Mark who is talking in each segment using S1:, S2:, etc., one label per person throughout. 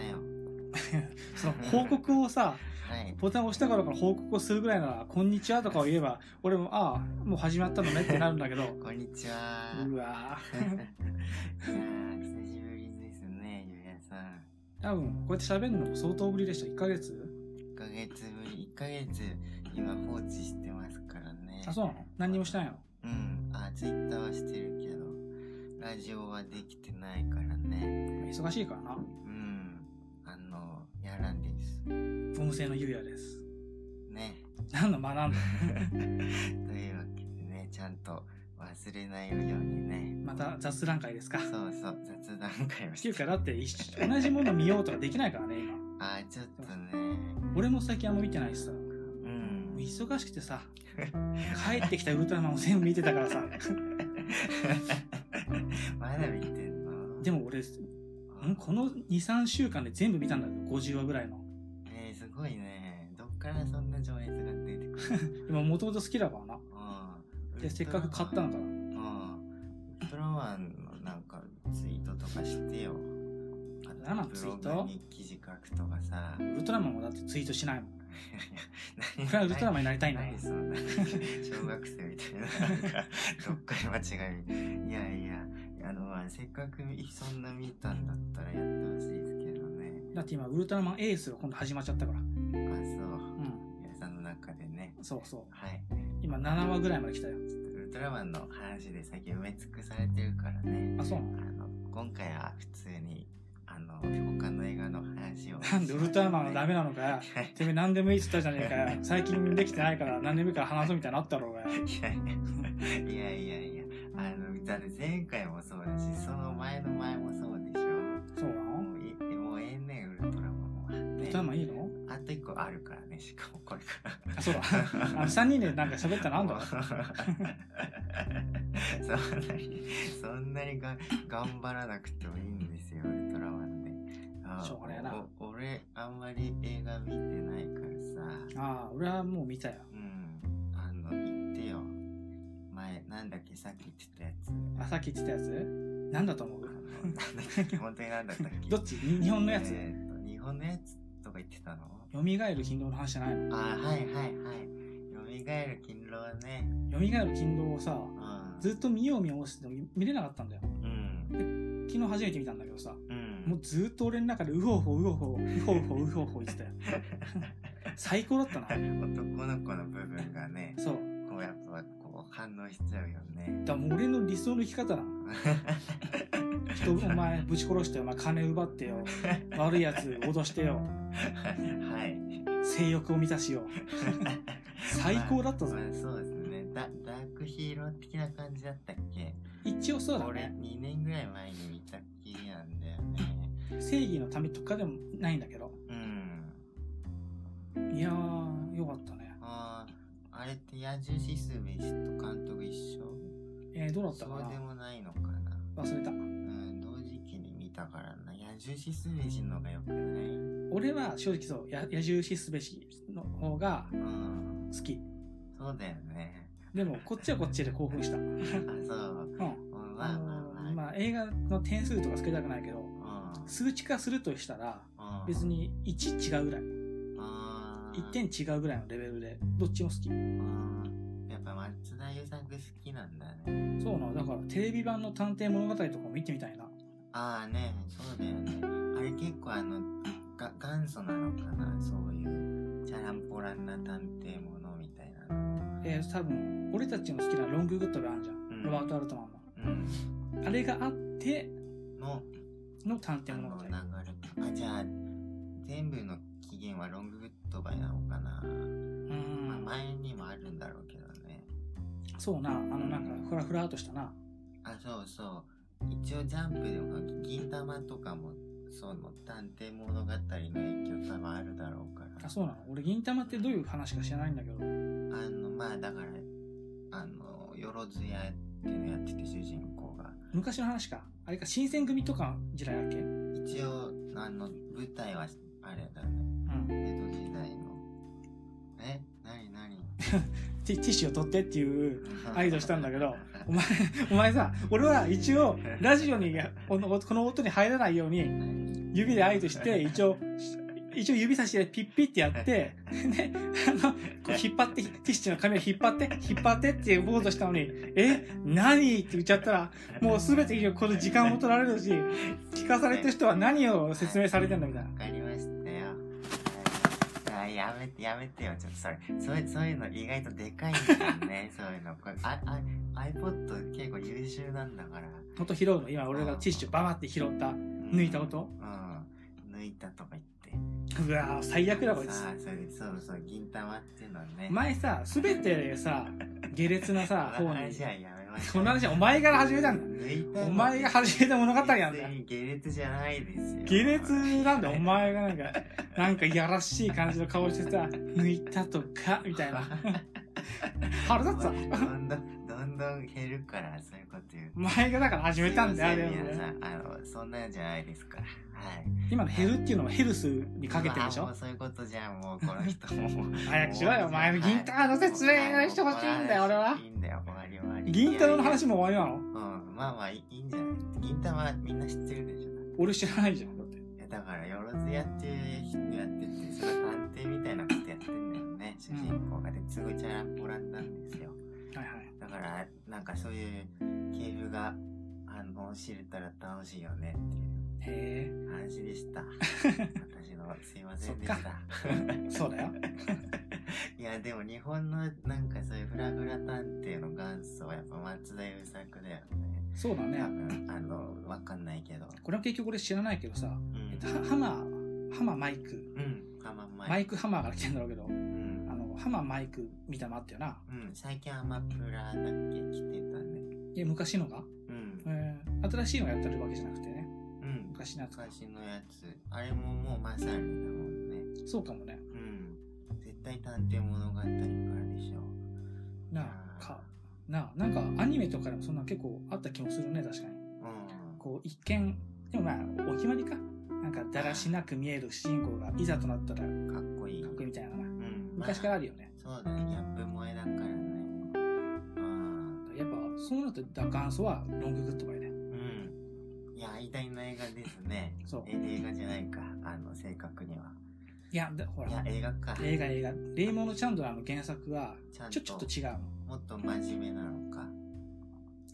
S1: その報告をさ、
S2: はい。
S1: ボタンを押した頃から報告をするぐらいなら、こんにちはとかを言えば、俺も、ああ、もう始まったのねってなるんだけど、
S2: こんにちは。
S1: うわ
S2: い
S1: ぁ
S2: やー久しぶりですね、ゆうやさん。
S1: 多分、こうやって喋るのも相当ぶりでした。1ヶ月
S2: 1ヶ月ぶり、1ヶ月今放置してますからね。
S1: あ、そうなの何にもしてないの
S2: うん。あ、ツイッターはしてるけど、ラジオはできてないからね。
S1: 忙しいからな。
S2: うん。あの、やらんです。
S1: ゴム製のゆうやです。
S2: ね。
S1: 何の学んだ
S2: というわけでね、ちゃんと忘れないようにね。
S1: また雑談会ですか
S2: そうそう、雑談会を
S1: ってい
S2: し
S1: うか
S2: て。
S1: だって一緒同じもの見ようとかできないからね今
S2: あ、ちょっとね。
S1: 俺も最近あんま見てないしさ
S2: うん。
S1: 忙しくてさ帰ってきたウルトラマンを全部見てたから さ
S2: まだ見てんの
S1: で
S2: も、
S1: も俺んこの23週間で全部見たんだけど50話ぐらいの
S2: えー、すごいね。どっからそんな情熱が出て くる
S1: 今もともと好きだか
S2: の
S1: らなでせっかく買ったの。
S2: う
S1: か
S2: ん
S1: ら
S2: ウルトラマンのなんかツイートとかしてよ。
S1: 何なのツイート
S2: に記事書くとかさ。
S1: ウルトラマンもだってツイートしないもん
S2: 何
S1: これはウルトラマンになりたいんだ
S2: 何そんな小学生みたいななんかどっかに間違いいやいやあのまあせっかくそんな見たんだったらやってほしいですけどね
S1: だって今ウルトラマンエースが今度始まっちゃったからう
S2: あそうん皆さんの中でね
S1: そうそう
S2: はい
S1: 今7話ぐらいまで来たよ
S2: ちょっとウルトラマンの話で最近埋め尽くされてるからね
S1: あそうな
S2: あの
S1: の
S2: 今回は普通にあの他の映画の話を
S1: なんでウルトラマンは ダメなのかよ
S2: いやい
S1: てめえ何でもいいっつったじゃねえかよ最近できてないから何でもいいから話そうみたいになったろうがよ
S2: やいやいやいやあのだって前回もそうだしその前の前もそうでしょ
S1: そうなの
S2: もういえもうええねんウルトラマンは、
S1: ウ
S2: ね
S1: ルトラマンいいの
S2: あと一個あるからねしかもこれか
S1: あ そうだあの3人でなんか喋った
S2: ら
S1: らあんだろ
S2: もうそんなにそんなにが頑張らなくてもいいんですよウルトラマンであ
S1: しょうがねえな
S2: お俺あんまり映画見てないからさ
S1: ああ俺はもう見たよ
S2: うんあの言ってよ前なんだっけさっき言ってたやつ
S1: あさっき言ってたやつなんだと思
S2: あのな
S1: う
S2: んだっけ本当になんだったっけ
S1: どっちに日本のやつ
S2: えーっと日本のやつとか言ってたの
S1: 蘇る勤労の話じゃないの
S2: あはいはいはい。よみがえる勤労ね。
S1: 蘇る勤労をさ
S2: うん。
S1: ずっと見よう見ようしてても見れなかったんだよ
S2: うん。
S1: 昨日初めて見たんだけどさ
S2: うん。
S1: もうずっと俺の中でウホウホウホウホウホウホウホウホ言ってたよ 最高だったな
S2: 男の子の部分がね、
S1: そう
S2: こうやっぱこう反応しちゃうよね。
S1: だからもう俺の理想の生き方なの人お前ぶち殺してお前金奪っ てよ悪いやつ脅してよ
S2: はい。
S1: 性欲を満たしよう最高だったぞ
S2: まあまあそうですねダ。ダークヒーロー的な感じだったっけ
S1: 一応そうだ
S2: 俺
S1: ね
S2: 2年ぐらい前に見たっきりなんだよね。
S1: 正義のためとかでもないんだけど
S2: うん。
S1: いやーよかったね
S2: ああ、あれって矢印すべしと監督一緒
S1: えー、どうだった
S2: そ
S1: かな
S2: うでもないのかな
S1: 忘れた
S2: うん、同時期に見たからな。矢印すべしのがよくない。
S1: 俺は正直そうや矢印すべしの方が
S2: うん、
S1: 好き
S2: そうだよ ね。
S1: でもこっちはこっちで興奮したうん
S2: あ、そう。うんまあまあ
S1: のー
S2: ま
S1: まあ映画の点数とかつけたくないけど
S2: あ。
S1: 数値化するとしたら
S2: うん。うん
S1: 別。に1違うぐらい
S2: あー
S1: 1点。違うぐらいのレベルでどっちも好き
S2: うんやっぱ松田優作好きなんだね。
S1: そうなのだからテレビ版の探偵物語とかも見てみたいな
S2: ああね、そうだよね。あれ結構あの、が元祖なのかなそういう、チャランポランな探偵ものみたいなの。
S1: えー、多分俺たちの好きなロンググッドがあるじゃん、
S2: うん
S1: ロバート・アルトマン
S2: うん。
S1: のあれがあって
S2: の、
S1: の探
S2: あ
S1: 偵物
S2: の
S1: 語
S2: 流れか。あ、じゃあ、全部の起源はロンググッドバイなのかな
S1: う
S2: まあ、
S1: ん
S2: 前にもあるんだろうけどね。
S1: そうなあのなんかフラフラっとしたな
S2: あ、そうそう。一応ジャンプでも、銀玉とかも、その探偵物語の影響多分あるだろうから。
S1: あそうなの俺銀玉ってどういう話か知らないんだけど
S2: あの、まあだから、あの、よろずやっていうのやってて主人公が。
S1: 昔の話かあれか新選組とかの時代だっけうん
S2: 一応、あの、舞台は、あれだね。江戸時代の。えなに なに
S1: ティティッシュを取ってっていう愛としたんだ けどお前お前さ俺は一応ラジオにこのこの音に入らないように
S2: 何
S1: 指で合図して一応一応指差しでピッピッてやって、で、あの、こう引っ張って、ティッシュの紙を引っ張って、引っ張ってってボードしたのに、え、何って言っちゃったら、もうすべて以上この時間も取られるし、聞かされてる人は何を説明されてんだみたいな
S2: わ。かりましたよ。あやめてやめてよちょっとそれそういうそういうの意外とでかいんだよ ねそういうのこれああ iPod 結構優秀なんだから
S1: 音拾うの、今俺がティッシュババって拾った、抜いた音。
S2: うん抜いたとか言って
S1: うわー最悪だこいつ
S2: さ。あそれそうそう銀玉っていうのはね
S1: 前さ、すべてさ、下劣 なさ、
S2: こ
S1: 方
S2: の
S1: に
S2: 話。はやめましょう
S1: この話はお前から始めたんだ。
S2: 抜いたの
S1: お前が始めた物語なんだ
S2: 別。に下劣じゃないですよ
S1: 下劣なんだよお前がなんかなんかいやらしい感じの顔してさ抜いたとかみたいな腹立つわ
S2: どんどんどんどん減るからそういうこと言う
S1: お前がだから始めたんだよあれ
S2: す
S1: は
S2: ま
S1: い
S2: せん皆さ
S1: ね
S2: んあのそんなんじゃないですからはい
S1: 今のヘルっていうのはヘルスにかけてるでし
S2: うわも
S1: ょ
S2: うそういうことじゃんもうこの人も
S1: 早くしろよお前
S2: もう
S1: 銀太郎の 説明の人欲しいんだよ俺はい
S2: いんだよ終わり終わり
S1: 銀太郎の話
S2: も
S1: も終わりなの
S2: うんまあまあいいいいんじゃない銀太郎はみんな知ってるでしょ
S1: 俺知らないじゃんだって
S2: いやだからよろずやってる人やっててそれは探偵みたいなことやってんだよね主人公がでつぐちゃんもらったんですよ
S1: はいはい
S2: だからなんかそういう系譜があの知れたら楽しいよねってい
S1: へ
S2: う話でした私のすいませんで
S1: そ
S2: し
S1: ったえ そうだよ
S2: いやでも日本のなんかそういうフラグラ探偵の元祖はやっぱ松田優作だよね
S1: そうだ
S2: 多
S1: ね
S2: 分あのわかんないけど
S1: これは結局俺知らないけどさ
S2: うん
S1: はハマハママイク
S2: うんあまんま
S1: マイクハマーから来てんだろうけど
S2: うん
S1: あのハママイクみたいなのあったよな
S2: うん最近アマプラだっけ来てたね
S1: え昔のが
S2: うん
S1: えー新しいのやってるわけじゃなくてね
S2: うん
S1: 昔のやつか
S2: 昔のやつあれももうまさにだもんね
S1: そうかもね
S2: うん絶対探偵物語からでしょ
S1: なあかなあなんかアニメとかでもそんな結構あった気もするね確かに
S2: うん
S1: こう一見でもまあお決まりかなんかだらしなく見える主人公がいざとなったらかっ
S2: かっこいい
S1: こいいみたいなな
S2: うん
S1: 昔から
S2: ま
S1: あるよね
S2: あそうだねギャップ萌えだからねああ
S1: やっぱそうなるとだ元祖はロンググッドバイだよ
S2: うん。いや、間にない映画ですね。
S1: そう
S2: え映画じゃないか、あの、正確には。
S1: いやだほ
S2: いや
S1: ら、
S2: 映画か。
S1: 映画映画「レイモンド・チャンドラー」の原作は
S2: ちゃん
S1: ち
S2: と
S1: ょちょっと違う
S2: も
S1: の
S2: っと真面目なのか。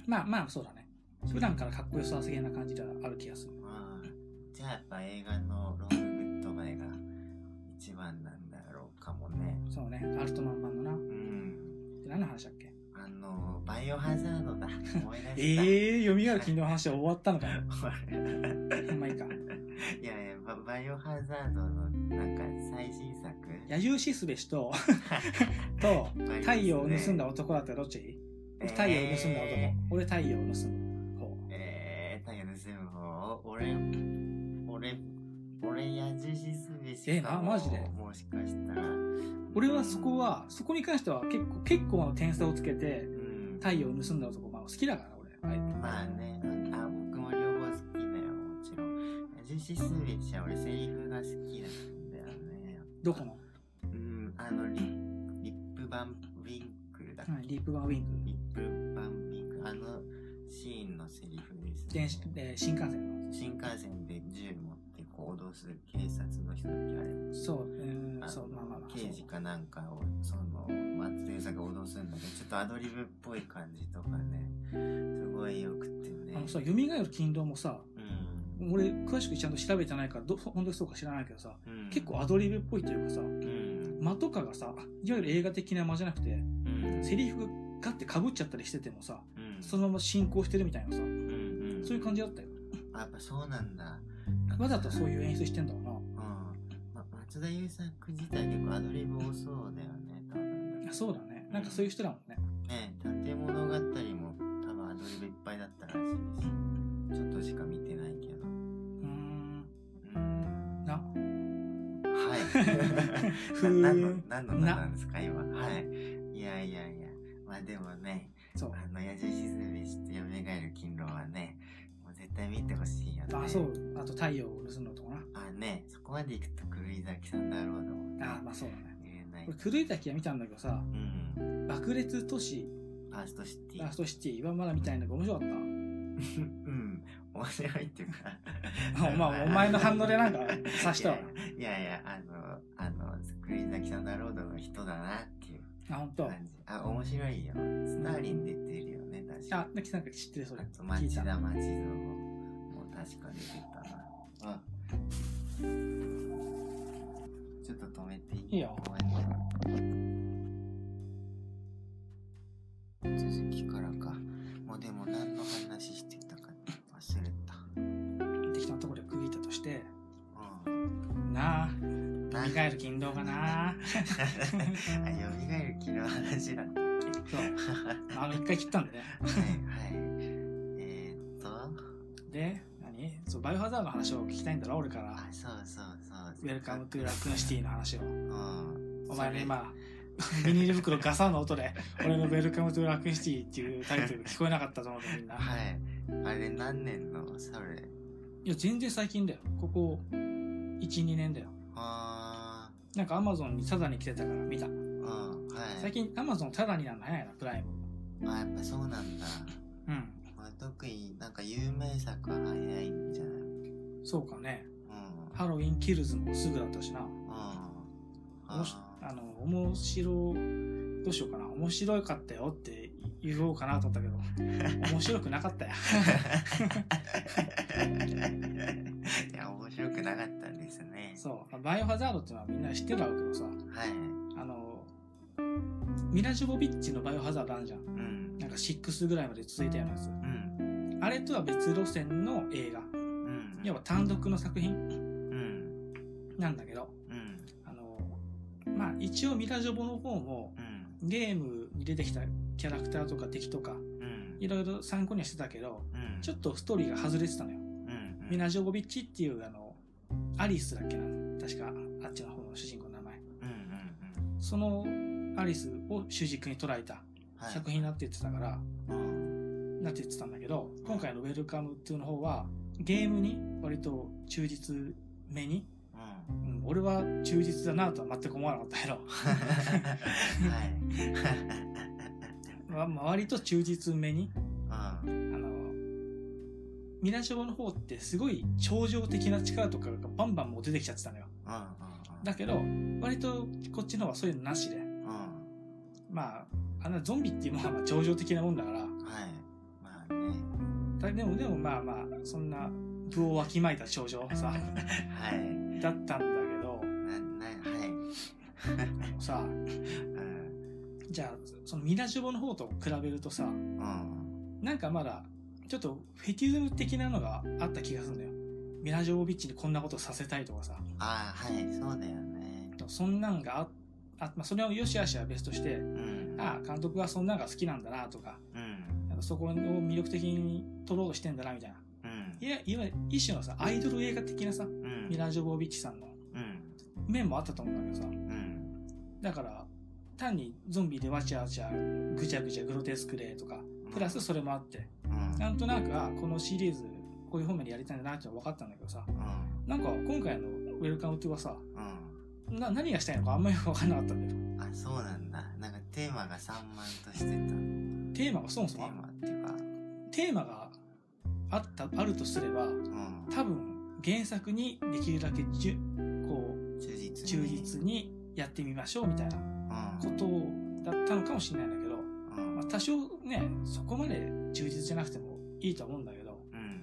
S1: まあまあそうだね普段からかっこよさすげな感じではある気がする
S2: あーじゃあ、やっぱ映画のロンググッドバイが一番なんだろうかもね。
S1: そうねアルトマン版のな
S2: うん。
S1: 何の話だっけ
S2: あの、バイオハザードだ。思い出した。
S1: ええ読みがる金の話は終わったのか よ
S2: これ
S1: まあいいか。
S2: いやいや、ババイオハザードのなんか最新作。
S1: 野獣シスべしとと太陽を盗んだ
S2: 男。
S1: 男だったらどっちがいい
S2: えー
S1: 太陽を盗んだ男俺太陽を盗む方
S2: えー、タイガー盗む方俺、俺、俺矢印すべしか
S1: えなマジで
S2: もしかしたら。
S1: 俺はそこはそこに関しては結構結構な点差をつけて
S2: うん、
S1: 太陽を盗んだ男、まあ、好きだから俺、はい
S2: まあね、あ、僕も両方好きだよ、もちろん。矢印すべしは俺セリフが好きなんだよね。
S1: どこの、
S2: うん、あのリ、リップバンウィンクルだっけ、
S1: はい、リープバンウィング
S2: リップバンウィンクル、あのシーンのセリフです、
S1: 電子、えー新幹線
S2: 新幹線で銃持って行動する警察の人だっけあれ。
S1: のそううーんそうまあまあまあ
S2: 刑事かなんかをその松田優作が脅すんだけどちょっとアドリブっぽい感じとかねすごいよくてね
S1: あのさ「よみがえる金労」もさ
S2: うん
S1: 俺詳しくちゃんと調べてないからど本当にそうか知らないけどさ
S2: うん、
S1: 結構アドリブっぽいというかさ
S2: うん、
S1: 間とかがさいわゆる映画的な間じゃなくて
S2: うん
S1: セリフがガッてかぶっちゃったりしててもさ
S2: うん、
S1: そのまま進行してるみたいなさ
S2: うんうん
S1: そういう感じだったよ
S2: あやっぱそうなんだ
S1: わざとそういう演出してんだろ
S2: うん、ま、松田優作自体結構アドリブ多そうだよね多
S1: う
S2: 分
S1: なそうだねなんかそういう人だもんね
S2: ね探偵物語も多分アドリブいっぱいだったらしいしちょっとしか見てないけど
S1: うーん
S2: うん
S1: な
S2: はい
S1: ふ
S2: 何
S1: ー
S2: の
S1: ん
S2: 何の何なんですか今はいいやいやいやまあでもね
S1: そう
S2: あの矢印ずみしてよみがえる勤労はねもう絶対見てほしいよね
S1: あそうあと太陽を盗んだとか
S2: あねそこまで行くと狂い咲きさんだろうと思
S1: なあーまあそうだね
S2: 言えない
S1: 俺狂いたきは見たんだけどさ
S2: うん
S1: 爆裂都市
S2: ファーストシティ
S1: ラストシティ岩村みたいなのが面白かった
S2: うん面白いっていうか
S1: まあ、お前の反応でなんか察したわ。
S2: いやいやあのあの栗崎サンダーロードの人だなっていう
S1: あ、本当。
S2: 感じあ面白いよスターリン出てるよね確か
S1: あ、なきさんか知ってる、それ。
S2: あと
S1: 聞い
S2: 町
S1: た。
S2: 田町田ももう確か出てたなあちょっと止めていい
S1: いいよ
S2: ごめんね続きからかもうでも何の話してたか忘れた
S1: 適当なところで区切ったとして、
S2: うん
S1: なあ、
S2: 何
S1: 見返る勤労かな。
S2: あ、よみがえる気の話なんだっ
S1: そう。
S2: けはい、
S1: あの、一回切ったんでね。
S2: はい。えー、っと、
S1: で、何そう、バイオハザードの話を聞きたいんだろ、俺から
S2: あ、。そうそうそう。
S1: ウェルカムトゥラクーンシティの話を。
S2: うん。
S1: お前の今、ビニール袋ガサの音で、俺のウェルカムトゥラクーンシティっていうタイトル聞こえなかったと思うけど、み んな。
S2: はい。あれ何年のそれ。
S1: いや、全然最近だよ。ここ、1、2年だよ。
S2: あ
S1: なんかアマゾンにタダに来てたから見た。
S2: ー、うん、はい。
S1: 最近アマゾンタダになるの早いな、プライム。
S2: あ、やっぱそうなんだ。
S1: うん。
S2: まあ、特になんか有名作は早いんじゃないうん。
S1: そうかね。
S2: うん。
S1: ハロウィンキルズもすぐだったしな。おもし
S2: あ
S1: あの、面白、どうしようかな。面白かったよって言おうかなと思ったけど、面白くなかったよ。
S2: ーいや、面白くなかったんですね。
S1: そう。バイオハザードってのはみんな知ってるだろうけどさ、
S2: はい。
S1: あの、ミラジョボビッチのバイオハザードあるじゃん。
S2: うん。
S1: なんか6ぐらいまで続いたようなやつ。
S2: うん。
S1: あれとは別路線の映画。
S2: うん。
S1: 要は単独の作品
S2: うん。
S1: なんだけど、
S2: うん。
S1: あの、まあ一応ミラジョボの方も
S2: うん。
S1: ゲームに出てきたキャラクターとか敵とか
S2: うん。
S1: いろいろ参考にはしてたけど、
S2: うん。
S1: ちょっとストーリーが外れてたのよ。
S2: うん。
S1: ミラジョボビッチっていうあの、アリスだっけな確かあっちの方の主人公の名前。
S2: うん。うん。うん。
S1: そのアリスを主軸に捉えた
S2: はい。
S1: 作品になって言ってたから、
S2: うん。
S1: なって言ってたんだけど、今回のウェルカム2の方はゲームに割と忠実めに、
S2: うん。
S1: うん、俺は忠実だなとは全く思わなかったけど、 わまあ割と忠実めに、
S2: はい。う
S1: あ
S2: ん。
S1: の、ミラジョボの方ってすごい超常的な力とかがバンバンもう出てきちゃってたのよ。
S2: うん。
S1: だけど、割とこっちの方はそういうのなしで、
S2: うん。
S1: まあ、あのゾンビっていうものはまあ超常的なもんだから、
S2: はい。まあね。
S1: だでも、でもまあまあ、そんな、具をわきまえた症状さ、
S2: はい。
S1: だったんだけど、
S2: な、な、はい。
S1: あのさ、
S2: うん。
S1: じゃあ、そのミラジョボの方と比べるとさ、
S2: うん。
S1: なんかまだ、ちょっとフェティズム的なのがあった気がするんだよ。ミラジョボビッチにこんなことさせたいとかさ、
S2: ああ、はい。そうだよね。
S1: そんなんがあ、あまあ、それをよしあしは別として、
S2: うん。
S1: ああ、監督はそんなんが好きなんだなとか、
S2: うん。
S1: なんかそこを魅力的に撮ろうとしてんだなみたいな。
S2: うん。
S1: いや、いわゆる一種のさ、アイドル映画的なさ、
S2: うん。
S1: ミラジョボビッチさんの
S2: うん。
S1: 面もあったと思うんだけどさ、
S2: うん。
S1: だから、単にゾンビでわちゃわちゃ、ぐちゃぐちゃ、グロテスクでとか、プラスそれもあって、
S2: うん。
S1: なんとなく、あ、このシリーズ、こういう方面でやりたいんだなってのは分かったんだけどさ、
S2: うん。
S1: なんか今回のウェルカムトゥはさ、
S2: うん。
S1: な、何がしたいのかあんまり分かんなかったんだよ。
S2: あ、そうなんだ。なんかテーマが散漫としてた。
S1: テーマがそもそ
S2: テ
S1: も
S2: ー、マっていうか。
S1: テーマがあった、あるとすれば、
S2: うん。
S1: 多分原作にできるだけじゅ、こう、
S2: 忠実に。
S1: 忠実にやってみましょうみたいな
S2: うん。
S1: ことだったのかもしれないんだけど、
S2: うん
S1: まあ、多少ね、そこまで充実じゃなくてもいいとは思うんだけど、
S2: うん。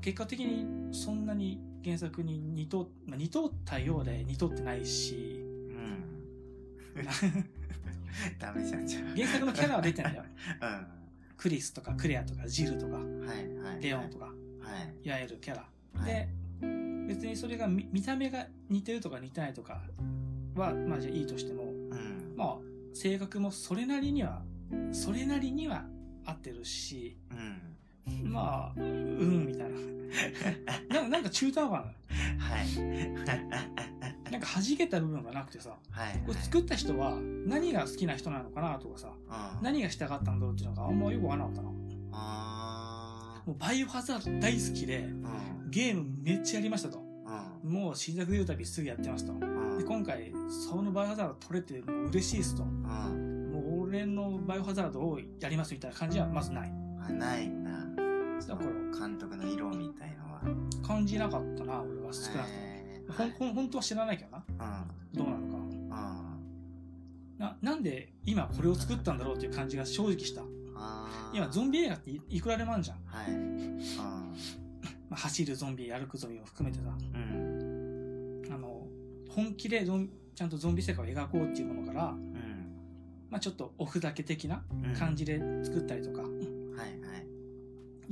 S1: 結果的にそんなに原作に似と、まあ、似とったようで似とってないし、
S2: うん。ダメじゃんじゃん。
S1: 原作のキャラは出てんだよ。
S2: う
S1: クリスとかクレアとかジルとか
S2: ん。はいはい。
S1: レオンとか、
S2: はい。
S1: いわゆるキャラ。
S2: はい。
S1: で、別にそれが見見た目が似てるとか似てないとかは、まあじゃあいいとしても、
S2: うん。
S1: まあ性格もそれなりには、それなりには合ってるし、
S2: うん。
S1: まあ、うん、みたいな。 なんかなんか中途半端なの。
S2: はい。
S1: なんか弾けた部分がなくてさ、
S2: はい。
S1: これ作った人は何が好きな人なのかなとかさ、
S2: うん。
S1: 何がしたかったんだろうっていうのがあんまよくわからなかったな。も
S2: あ
S1: うバイオハザード大好きで、
S2: ー。うん。
S1: ゲームめっちゃやりましたと。
S2: うん。
S1: もう新作出るたびすぐやってますと。
S2: うん。
S1: で、今回、そのバイオハザード取れてもう嬉しいですと。も
S2: うん。
S1: う俺のバイオハザードをやりますみたいな感じはまずない。
S2: あ、ないんだ。
S1: そ
S2: 監督の色みたいのは
S1: 感じなかったな、俺は少なくと
S2: え
S1: も。ほん、ほん、本当は知らないけどな。
S2: ー
S1: どうなのか。
S2: うんうん
S1: な、なんで今これを作ったんだろうっていう感じが正直した。
S2: あー
S1: 今、ゾンビ映画っていいくらでもあるじゃん。
S2: はいうん
S1: まあ、走るゾンビ、歩くゾンビを含めてさ。
S2: うん
S1: あの、本気でゾンちゃんとゾンビ世界を描こうっていうものから、
S2: うん
S1: まあ、ちょっとおふざけ的な
S2: うん
S1: 感じで作ったりとか、
S2: はいはい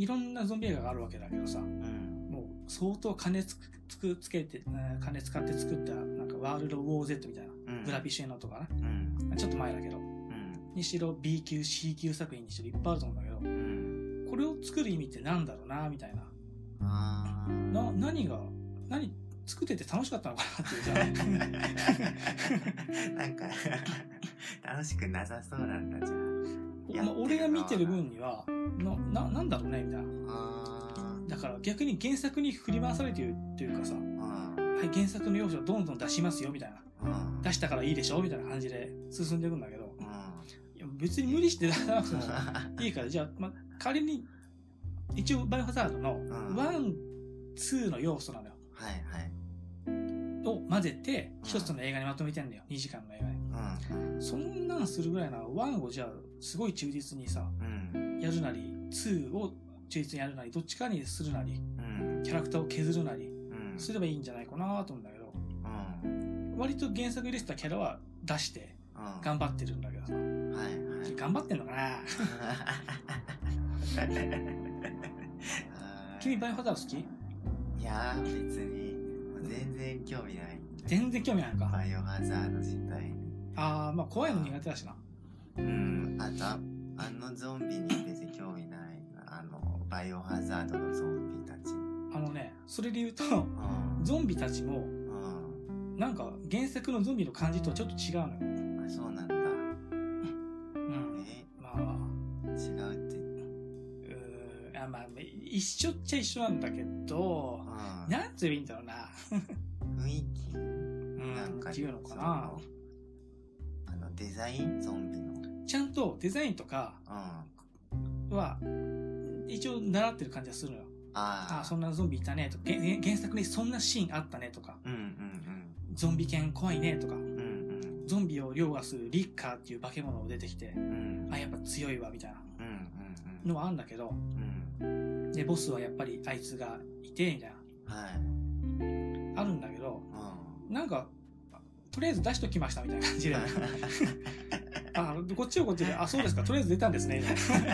S1: いろんなゾンビ映画があるわけだけどさ、
S2: うん
S1: もう相当金つくつくつけて、えー金使って作った、なんかワールドウォー Z みたいな、
S2: うん
S1: グラビッシュ映画とかね、
S2: うん
S1: まあちょっと前だけど、
S2: うん
S1: にしろ B 級、C 級作品にしろいっぱいあると思うんだけど、
S2: うん
S1: これを作る意味ってなんだろうな、みたいな。
S2: あー
S1: な、何が、何、作ってて楽しかったのかなっていうさ
S2: なんか楽しくなさそうなんだじゃ やってる
S1: ま
S2: な
S1: あ、俺が見てる分には、な、な、なんだろうね、みたいな。
S2: ああ
S1: だから逆に原作に振り回されているっていうかさ、は
S2: うん
S1: い、原作の要素をどんどん出しますよみたいな
S2: うん
S1: 出したからいいでしょみたいな感じで進んでいくんだけど
S2: うん
S1: いや別に無理して出さなくてもいいからじゃあ、まあ、仮に一応バイオハザードの
S2: ん
S1: ワンツーの要素なのよ
S2: はいはい
S1: を混ぜて一つの映画にまとめてんだよ2時間の映画に
S2: うん
S1: そんなんするぐらいならワンをじゃあすごい忠実にさ
S2: うん
S1: やるなりツーを忠実にやるなりどっちかにするなり
S2: うん
S1: キャラクターを削るなり
S2: うん
S1: すればいいんじゃないかなと思うんだけど
S2: うん
S1: 割と原作入れてたキャラは出して
S2: うん
S1: 頑張ってるんだけどさ
S2: はいはい
S1: 頑張ってんのかな君バイオハザード好き
S2: いやー別にもう全然興味ない
S1: 全然興味ないのか、
S2: バイオハザード自体に
S1: ああまあ怖いの苦手だしな
S2: うんあとああのゾンビに別に興味ないなあのバイオハザードのゾンビたち
S1: あのねそれで言うと
S2: うん
S1: ゾンビたちも
S2: う
S1: なんか原作のゾンビの感じとはちょっと違うのよ
S2: んあそうなんだ
S1: うん
S2: え
S1: まあ
S2: 違うって
S1: うーんあまあ一緒っちゃ一緒なんだけど
S2: うん
S1: なんて言えばいいんだろうな
S2: 雰囲気
S1: うん
S2: なんか
S1: っていうのかな
S2: そのあのデザインゾンビのうん
S1: ちゃんとデザインとか
S2: あ
S1: は一応習ってる感じがするのよあ
S2: あ
S1: あそんなゾンビいたねとか原原作にそんなシーンあったねとか
S2: うん
S1: ゾンビ犬怖いねとか
S2: うんうんうん
S1: ゾンビを凌駕するリッカーっていう化け物が出てきて
S2: うんうん
S1: あやっぱ強いわみたいな
S2: うんうん
S1: のはあんだけど
S2: うんうん
S1: でボスはやっぱりあいつがいてみたい
S2: はい
S1: なあるんだけど
S2: う
S1: なんかとりあえず出しときましたみたいな感じであこっちはこっちであそうですかとりあえず出たんですねみたいな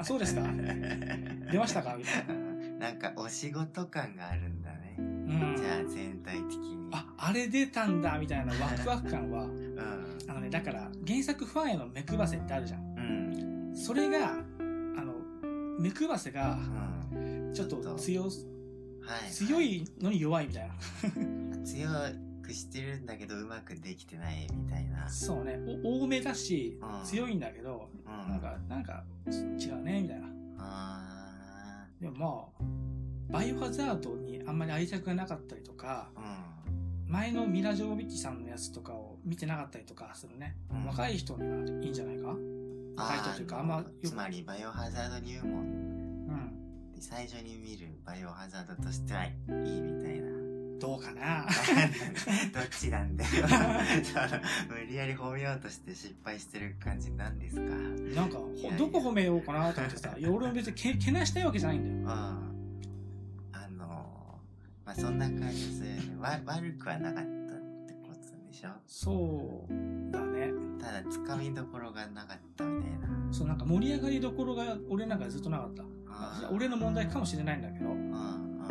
S1: あそうですか
S2: ん
S1: 出ましたかみたいな
S2: なんかお仕事感があるんだね、
S1: うん
S2: じゃあ全体的に
S1: ああれ出たんだみたいなワクワク感は
S2: うん
S1: あのねだから原作ファンへの目配せってあるじゃん
S2: うん
S1: それがあの目配せが
S2: うん
S1: ちょっと強す
S2: はい
S1: 強いのに弱いみたいな
S2: 強くしてるんだけどうまくできてないみたいな
S1: そうねお多めだし
S2: うん
S1: 強いんだけど
S2: うん
S1: なんかなんか違うねみたいな
S2: あ
S1: でもまあバイオハザードにあんまり愛着がなかったりとか
S2: ー
S1: 前のミラ・ジョービッチさんのやつとかを見てなかったりとかするね
S2: うん
S1: 若い人にはいいんじゃないか
S2: うん
S1: 若い人というかあんまよ
S2: つまりバイオハザード入門
S1: うん
S2: で最初に見るバイオハザードとしてはいいみたい な
S1: どう かな
S2: どっちなん だよその無理やり褒めようとして失敗してる感じなんですかうん
S1: なんかほ
S2: いやいや
S1: どこ褒めようかなと思っ てさいや俺も別にけけなしたいわけじゃないんだよ
S2: あのまあそんな感じするねわ悪くはなかったってことでしょ
S1: そうだね
S2: ただつかみどころがなかったみたいな
S1: そうなんか盛り上がりどころが俺なんかずっとなかった
S2: あー
S1: 俺の問題かもしれないんだけど
S2: うん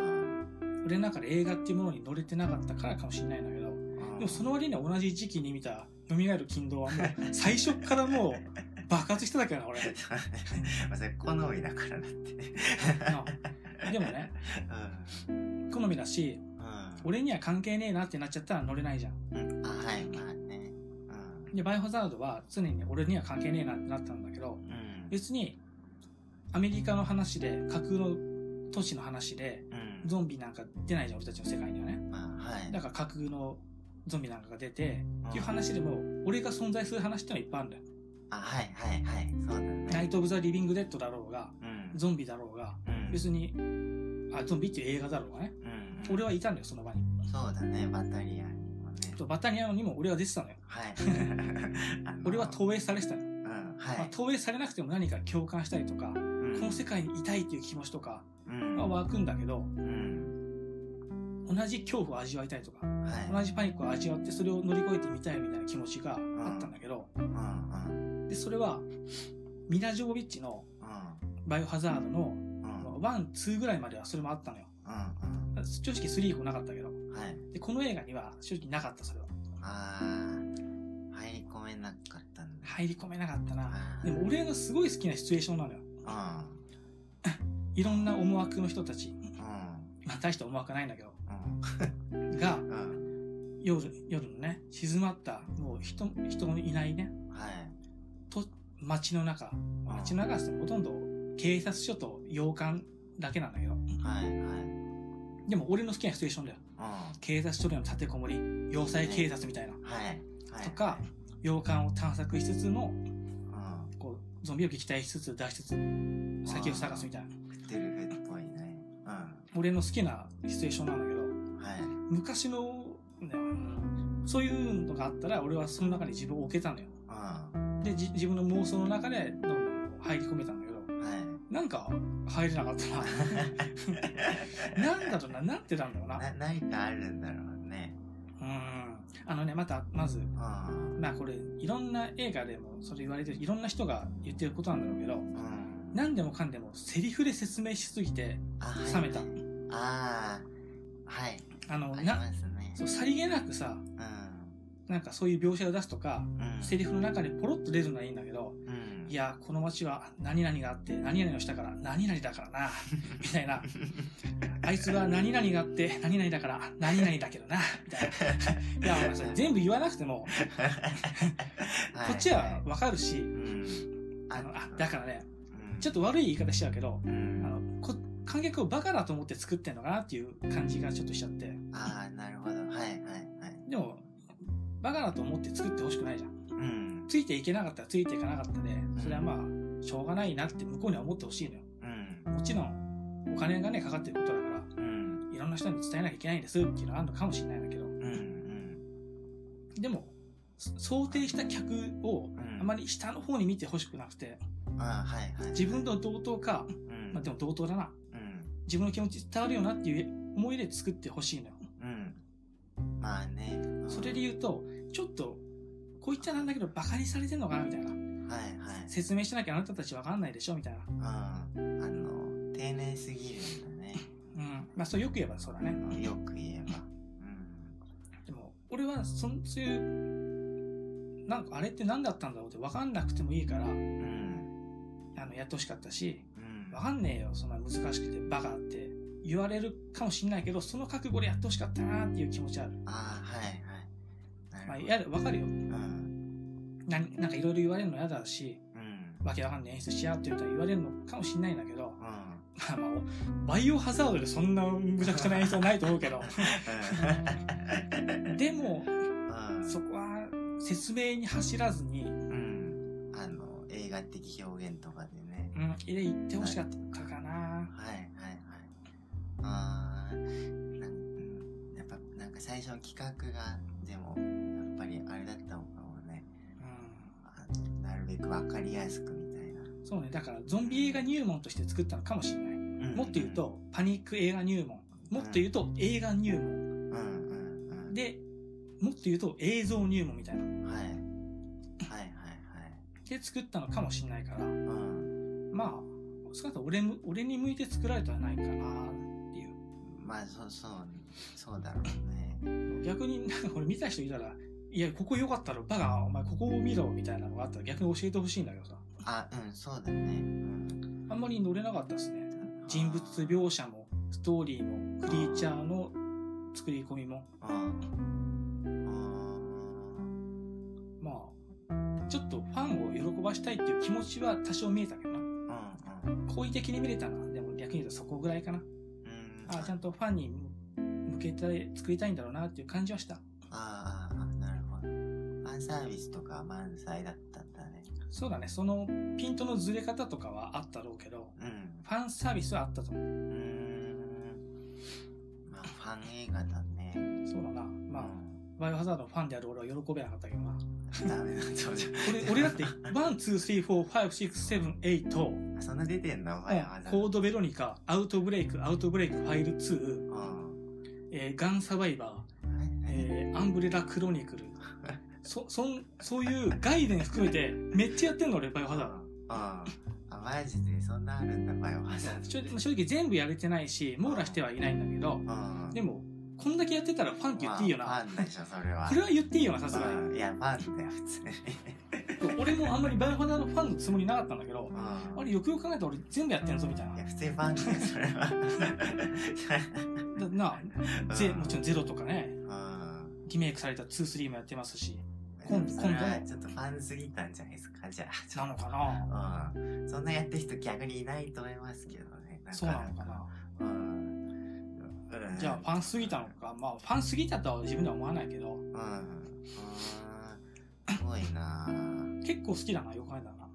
S2: うん
S1: 俺の中で映画っていうものに乗れてなかったからかもしれないんだけど
S2: うん
S1: でもその割には同じ時期に見た「蘇る金堂」はもう最初からもう爆発してたけどな俺
S2: まあそれ好みだからだってね。
S1: なでもね好みだし
S2: うん。うん。
S1: 俺には関係ねえなってなっちゃったら乗れないじゃん
S2: うんあ、はい、まあね。
S1: で「バイオハザード」は常に俺には関係ねえなってなったんだけど
S2: うん。うん。
S1: 別にアメリカの話で架空の都市の話で
S2: うん。
S1: ゾンビなんか出ないじゃん俺たちの世界にはね
S2: まあ、はい。
S1: だから架空のゾンビなんかが出て、っていう話でも、俺が存在する話ってのはいっぱいあるんだよ。
S2: あ、はい、はい、はい。そうだね。
S1: ナイト・オブ・ザ・リビング・デッドだろうが、
S2: うん。
S1: ゾンビだろうが、
S2: うん
S1: 別に、あ、ゾンビっていう映画だろうがね。
S2: うん
S1: 俺はいたんだよ、その場に。
S2: そうだねバタリアにもね
S1: とバタリアにも俺は出てたのよ。
S2: はい
S1: 俺は
S2: う
S1: 投影されてたの。
S2: んは
S1: まあ
S2: い、
S1: 投影されなくても何か共感したりとか、
S2: うん
S1: この世界にいたいっていう気持ちとか
S2: うん
S1: は湧くんだけど、
S2: うん
S1: 同じ恐怖を味わいたいとか、
S2: はい
S1: 同じパニックを味わってそれを乗り越えてみたいみたいな気持ちがあったんだけど、
S2: うんうん
S1: で、それは、ミラジョービッチの
S2: う
S1: バイオハザードの
S2: んうん
S1: ワン、ツーぐらいまではそれもあったのよ。
S2: うん
S1: 正直スリー以降なかったけど。
S2: うんはい
S1: で、この映画には正直なかった、それは。
S2: あー入り込めなかったんだ
S1: 入り込めなかったな。
S2: あー
S1: でも俺のすごい好きなシチュエーションなのよ。いろんな思惑の人たち、
S2: うん
S1: まあ大した思惑はないんだけど、
S2: うん
S1: が、
S2: うん
S1: 夜、夜のね、静まった、もう人、人のいないね、
S2: うんはい
S1: と、街の中。街の中ってほとんど警察署と洋館だけなんだけど。
S2: はいはい
S1: でも俺の好きなシチュエーションだよ。
S2: う
S1: 警察署での立てこもり、要塞警察みたいな。
S2: んはいはい
S1: とか、洋館を探索しつつの、
S2: うん
S1: こう、ゾンビを撃退しつつ、出しつつ、先を探すみたいな。
S2: グテルグっぽいねう
S1: 俺の好きなシチュエーションなんだけど、
S2: んはい
S1: 昔の、ね、そういうのがあったら、俺はその中に自分を置けたのよ。
S2: う
S1: で、じ自分の妄想の中で、どんどん入り込めたんだけど、
S2: んはい
S1: なんか、入れなかった な。なんだろうな、なんてなんだろうな。
S2: な何かあるんだろうね
S1: うん。あのね、また、まず、
S2: うん
S1: まあこれ、いろんな映画でもそれ言われてる、いろんな人が言ってることなんだろうけど、
S2: うん
S1: 何でもかんでもセリフで説明しすぎて、
S2: あはい
S1: 冷めた
S2: ああはい
S1: あの、
S2: ありま
S1: な、
S2: すね
S1: そう、さりげなくさ、なんかそういう描写を出すとか、
S2: うん
S1: セリフの中にポロッと出るのはいいんだけど、
S2: うん
S1: いや、この街は何々があって、何々をしたから、何々だからな、みたいな。あいつは何々があって、何々だから、何々だけどな、みたいな。いや、俺それ全部言わなくても、こっちはわかるし、
S2: うん
S1: あの、あ、だからね、
S2: うん
S1: ちょっと悪い言い方しちゃうけど、
S2: う
S1: あ
S2: ん
S1: の、こ観客をバカだと思って作ってんのかなっていう感じがちょっとしちゃって。
S2: ああなるほどはいはいはい
S1: でも、バカだと思って作ってほしくないじゃん。
S2: うん
S1: ついていけなかったらついていかなかったで、それはまあ、しょうがないなって向こうには思ってほしいのよ。
S2: うん
S1: もちろん、お金がね、かかってることだから、
S2: うん
S1: いろんな人に伝えなきゃいけないんですっていうのはあるのかもしれないんだけど、
S2: うんうん
S1: でも、そ想定した客
S2: う
S1: を、
S2: ん
S1: あまり下の方に見てほしくなくて、
S2: あーはいはい
S1: 自分と同等か、
S2: うん
S1: まあでも同等だな、
S2: うん
S1: 自分の気持ち伝わるよなっていう思いで作ってほしいのよ。
S2: うんまあねうん
S1: それで言うと、ちょっと、こう言っちゃなんだけど、バカにされてんのかなみたいな。
S2: はいはい
S1: 説明しなきゃあなたたちわかんないでしょみたいな。
S2: うんあの丁寧すぎるんだ ね
S1: うん。まあ、そうよく言えばそうだね。
S2: よく言えばうん
S1: でも、俺はそ、そういう、なんかあれって何だったんだろうって分かんなくてもいいから、
S2: うん
S1: あの、やってほしかったし、
S2: うん
S1: 分かんねえよ、そんな難しくてバカって言われるかもしんないけど、その覚悟でやってほしかったなっていう気持ちある。
S2: ああはいはいな
S1: まあ、
S2: るほど
S1: やる、分かるよ。
S2: うん
S1: ななんかいろいろ言われるの嫌だし、
S2: うん
S1: わけわかんねえ演出しやがってみたいに言われるのかもしんないんだけど、
S2: うん
S1: まあまあ、バイオハザードでそんなむちゃくちゃな演出はないと思うけど、でも、
S2: うん
S1: そこは説明に走らずに、
S2: うんあの映画的表現とかでね
S1: うん、で言ってほしかったか
S2: はい
S1: な。
S2: はいはいあーなんうんやっぱなんか最初の企画がでもやっぱりあれだったのかもね
S1: う
S2: あのなるべく分かりやすくみたいな、
S1: ん、そうね、だからゾンビ映画入門として作ったのかもしれない。もっと言うと、パニック映画入門。もっと言うと、映画入門。
S2: うんうんうん
S1: で、もっと言うと、映像入門みたいな。
S2: はい。はいはいはい。
S1: で作ったのかもしれないから、
S2: うん。
S1: まあ、少なくとも俺む俺に向いて作られてはないかなっていう。
S2: まあ、そう、そう、そうだろうね。
S1: 逆になんかこれ見た人いたら、いや、ここ良かったらバカ、お前ここを見ろみたいなのがあったら逆に教えてほしいんだけどさ。
S2: あ、うん、そうだね。うん
S1: あんまり乗れなかったですね。人物描写も、ストーリーも、クリーチャーの作り込みも、
S2: うん。うん
S1: まあ、ちょっとファンを喜ばしたいっていう気持ちは多少見えたけどな。
S2: うん
S1: 好意的に見れたのは、でも逆に言うとそこぐらいかな。
S2: うん
S1: ああ、ちゃんとファンに向けて作りたいんだろうなっていう感じはした。
S2: あーあー、なるほど。ファンサービスとか満載だったんだね。
S1: そうだね、そのピントのずれ方とかはあったろうけど、
S2: うん。
S1: フファンサービスはあったと思う。
S2: うーん。まあ、ファン映画だね。
S1: そうだな。まあ、バイオハザードのファンである俺は喜べなかったけどな。
S2: あ、ダメだ、そうじゃ。
S1: 俺、俺だって、1,2,3,4,5,6,7,8を、
S2: あそんな出てんのファイアハザー
S1: コ
S2: ド。
S1: ードベロニカ、アウトブレイク、アウトブレイクファイル2、
S2: うん。
S1: えーガンサバイバー、えーアンブレラクロニクル。そ、そん、そういう概念含めて、めっちゃやってんの俺、バイオハザード。
S2: うん。あ、マジでそんなあるんだ、バイオハザード。
S1: 正直正直全部やれてないし、網羅してはいないんだけど、
S2: うん。
S1: でも、こんだけやってたらファンって言っていいよ
S2: まあ
S1: な。
S2: ファンでしょ、それは。
S1: これは言っていいよな、さすがに。
S2: うんいや、ファンだよ、普通に。
S1: 俺もあんまりバイオハザードファンのつもりなかったんだけど
S2: う、ん。
S1: あれよくよく考えたら俺全部やってんぞ、みたい
S2: い
S1: な
S2: や、。普通にファンだよ、それは。
S1: だなあ、ゼ、もちろんゼロとかね、
S2: うん。
S1: リメイクされた2、3もやってますし、
S2: うん。
S1: 今度
S2: それはちょっとファンすぎたんじゃないですか、じゃあ。
S1: なのかな
S2: うん、そんなやってる人逆にいないと思いますけどね。
S1: そうなのかな
S2: な。うん。うん
S1: じゃあファンすぎたのか、まあファンすぎたとは自分では思わないけど、
S2: うん。うん。すごいなうん。
S1: 結構好きだな、よく考えたらな。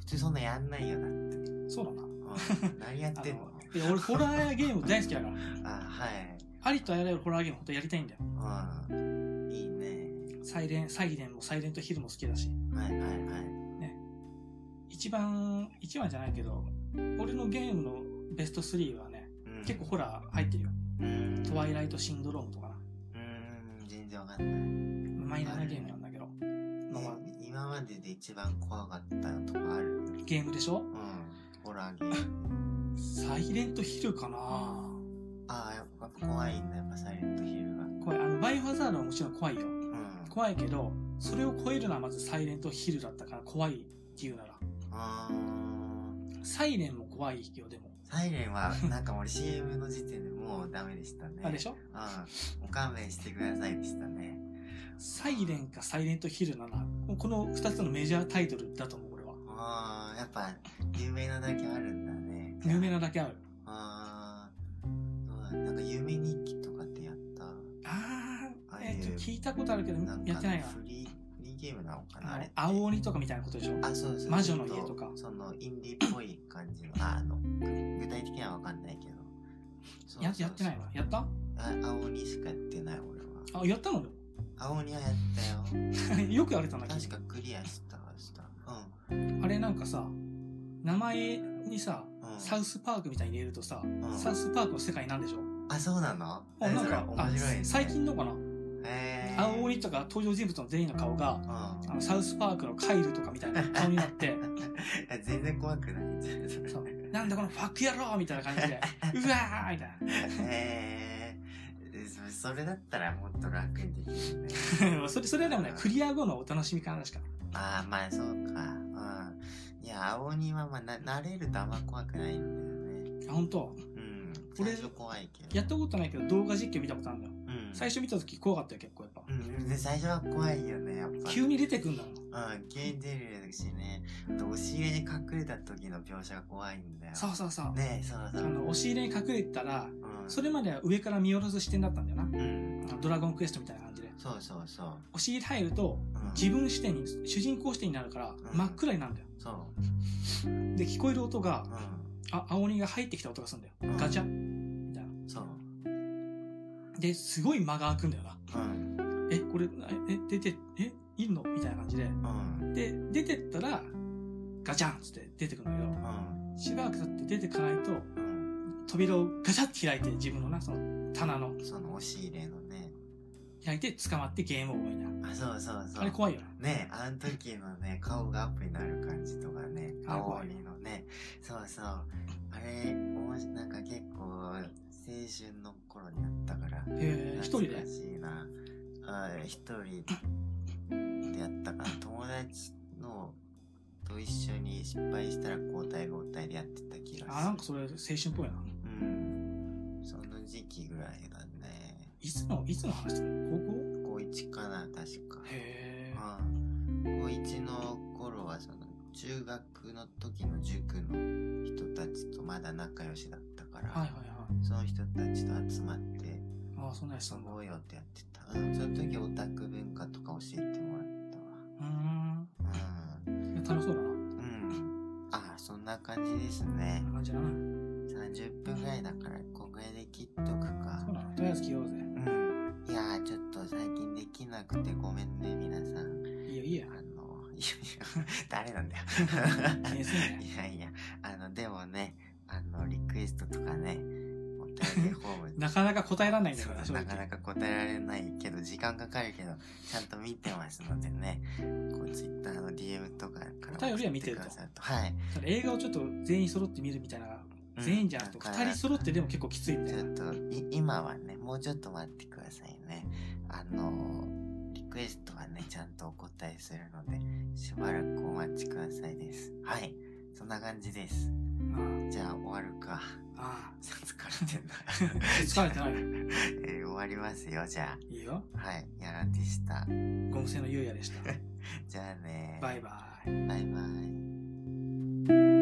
S2: 普通そんなやんないよな。うん。
S1: そうだな。
S2: 何やってん の
S1: いや、俺ホラーゲーム大好きだから、
S2: あはい。
S1: ありとあらゆるホラーゲーム本当やりたいんだよ。
S2: うん。いいね。
S1: サイレン、サイレンもサイレントヒルも好きだし、
S2: はいはいはい。
S1: 一番、一番じゃないけど、俺のゲームのベスト3はね、
S2: うん、
S1: 結構ホラー入ってるよ。
S2: うん、
S1: トワイライトシンドロームとかな。
S2: うん、全然わかんない。
S1: マイナーなゲームなんだけど。まあまあ、
S2: え今までで一番怖かったとこある
S1: ゲームでしょ
S2: うん。ホラー ゲーム。
S1: サイレントヒルかな
S2: ああ、やっぱ怖いんだ、やっぱサイレントヒルが。
S1: 怖い。あの、バイオハザードはもちろん怖いよ。
S2: うん。
S1: 怖いけど、それを超えるのはまずサイレントヒルだったから怖いっていうなら。
S2: あ
S1: サイレンも怖いよ、でも。
S2: ーサイレンは、なんか俺 CM の時点でもうダメでしたね。
S1: あれでし
S2: ょ
S1: ょ
S2: うん。もう勘弁してくださいでしたね。
S1: サイレンかサイレントヒルなら、この二つのメジャータイトルだと思う、俺は。
S2: あー、やっぱ、有名なだけあるんだね。
S1: 有名
S2: な。
S1: なだけある。
S2: あー、どうだなんか夢日記とかってやった
S1: あ
S2: あ
S1: あ、
S2: あいう
S1: えっ、と、聞いたことあるけど、
S2: んか
S1: やってないわ。
S2: フリー、フリーゲームなのかなあ
S1: あ
S2: れっ
S1: の
S2: て。
S1: 青鬼とかみたいなことでしょ
S2: あ、そうそう。
S1: 魔女の
S2: ちょっ
S1: 家とか
S2: その、インディーっぽい感じの、あ、あの、具体的にはわかんないけど。そう
S1: や
S2: そうそう
S1: やってないわ。やった
S2: あ、青鬼しかやってない、俺は。
S1: あ、やったのよ。
S2: 青鬼はやったよ。
S1: よく言われたんだけ
S2: 確
S1: ど。
S2: かクリアしたはした。
S1: あれなんかさ、名前にさ、
S2: うん。うん、
S1: サウスパークみたいに入れるとさ、
S2: ん
S1: サウスパークの世界なんでしょ
S2: あ、そうなの
S1: あ
S2: 何
S1: なん
S2: それ
S1: か、あ
S2: 面白い、ね。
S1: 最近のかな、
S2: えー、
S1: 青鬼とか登場人物の全員の顔が、あのサウスパークのカイルとかみた いな顔になって、
S2: うん。 全然怖くない。
S1: そうなんだこのファック野郎みたいな 感じで、うわーみたい
S2: えー、そそれだったらもっと楽にできる ね。
S1: な。それ、それはでもね、クリア後のお楽しみからしか。
S2: ああ、まあそうか。うん。いや、青鬼はまあな、慣れるとあんま怖くないんだよね。
S1: あ、本当
S2: うん。最
S1: 俺
S2: 初怖いけど。
S1: やったことないけど動画実況見たことあるんだよ。
S2: うん。
S1: 最初見た時怖かったよ、結構やっぱ。
S2: うん、で最初は怖いよね、やっぱ。
S1: 急に出てくんだもん。
S2: うん、ゲーム出るしね。あと、押し入れに隠れた時の描写が怖いんだよ。
S1: そうそうそう。
S2: ねえ、そう
S1: あ
S2: そう。
S1: の、押し入れに隠れてたら、
S2: うん。
S1: それまでは上から見下ろす視点だったんだよな。
S2: うん。
S1: ドラゴンクエストみたいな感じで。
S2: そうそうそう。
S1: 押し入れ入ると、
S2: うん、
S1: 自分視点に、主人公視点になるから、真っ暗になるんだよ。
S2: そう。
S1: で、聞こえる音が、
S2: う
S1: あ、青鬼が入ってきた音がするんだよ。
S2: うん
S1: ガチャみたいな。
S2: ん。そう。
S1: で、すごい間が空くんだよな。
S2: うん。
S1: え、これ、え、え出て、え、いるのみたいな感じで。
S2: うん。
S1: で、出てったら、ガチャンっつって出てくるんだけ
S2: うん。
S1: ど、しばらく経って出てかないと、
S2: うん。
S1: 扉をガチャって開いて、自分のな、その、棚の、
S2: その押し入れのね。
S1: 開いて捕まってゲームオーバーになる。
S2: あ、そうそうそう。
S1: あれ怖いよな。
S2: ねあの時のね、顔がアップになる感じとかね、
S1: あ
S2: 青
S1: 怖い
S2: 鬼のね、そうそう。あれ、もしなんか結構、青春の頃になったから、
S1: へえ、一人
S2: 懐
S1: で
S2: か。しいな。あ一人でやったかな。友達のと一緒に失敗したら交代交代でやってた気がする。
S1: あ、なんかそれ青春っぽいな。
S2: うん。その時期ぐらいだね。
S1: いつの、いつの話だ高校
S2: 高1かな、確か。
S1: へえ。
S2: うん高1の頃はその中学の時の塾の人たちとまだ仲良しだったから、
S1: はいはいはい。
S2: その人たちと集まって
S1: ああ、そんなやつ
S2: 遊
S1: なんだ。う
S2: ぼうよってやってた、うん、その時オタク文化とか教えてもらっ
S1: ーん。
S2: たわ
S1: いや楽しそうだな。
S2: うん、うん、ああそんなな感じですね
S1: こんな感じだな。
S2: 30分ぐらいだからこぐらいで切っとくか
S1: そうだな。とりあえず切ろうぜ。
S2: うんいやーちょっと最近できなくてごめんね皆さん
S1: いいよ、いいよ。
S2: あのいや いや誰なんだよ
S1: 気にすんなよ
S2: いやいやあのでもねあのリクエストとかねお便りフォーム
S1: なかなか答えられないんだ
S2: そ
S1: か
S2: う
S1: ら、正
S2: な
S1: 直。
S2: かなか答えられないけど時間かかるけどちゃんと見てますのでねこうツイッターの DM とかから
S1: お便りは見てると
S2: 送っくださるとはい、
S1: ただ映画をちょっと全員揃って見るみたいな。
S2: うん
S1: 全員じゃなくて、
S2: だか
S1: 二
S2: ら
S1: 人揃ってでも結構きついみた
S2: ち
S1: い
S2: ょ
S1: な。
S2: っとい今はねもうちょっと待ってくださいねあのリクエストはねちゃんとお答えするのでしばらくお待ちくださいですはいそんな感じですじゃあ終わるか
S1: あ
S2: 疲れてんな
S1: あ。疲れてないよ。
S2: えー終わりますよじゃ
S1: いいよ。
S2: あはいやらでした
S1: ゴム製の優也でした。
S2: じゃあね
S1: バイバイ。
S2: バイバイ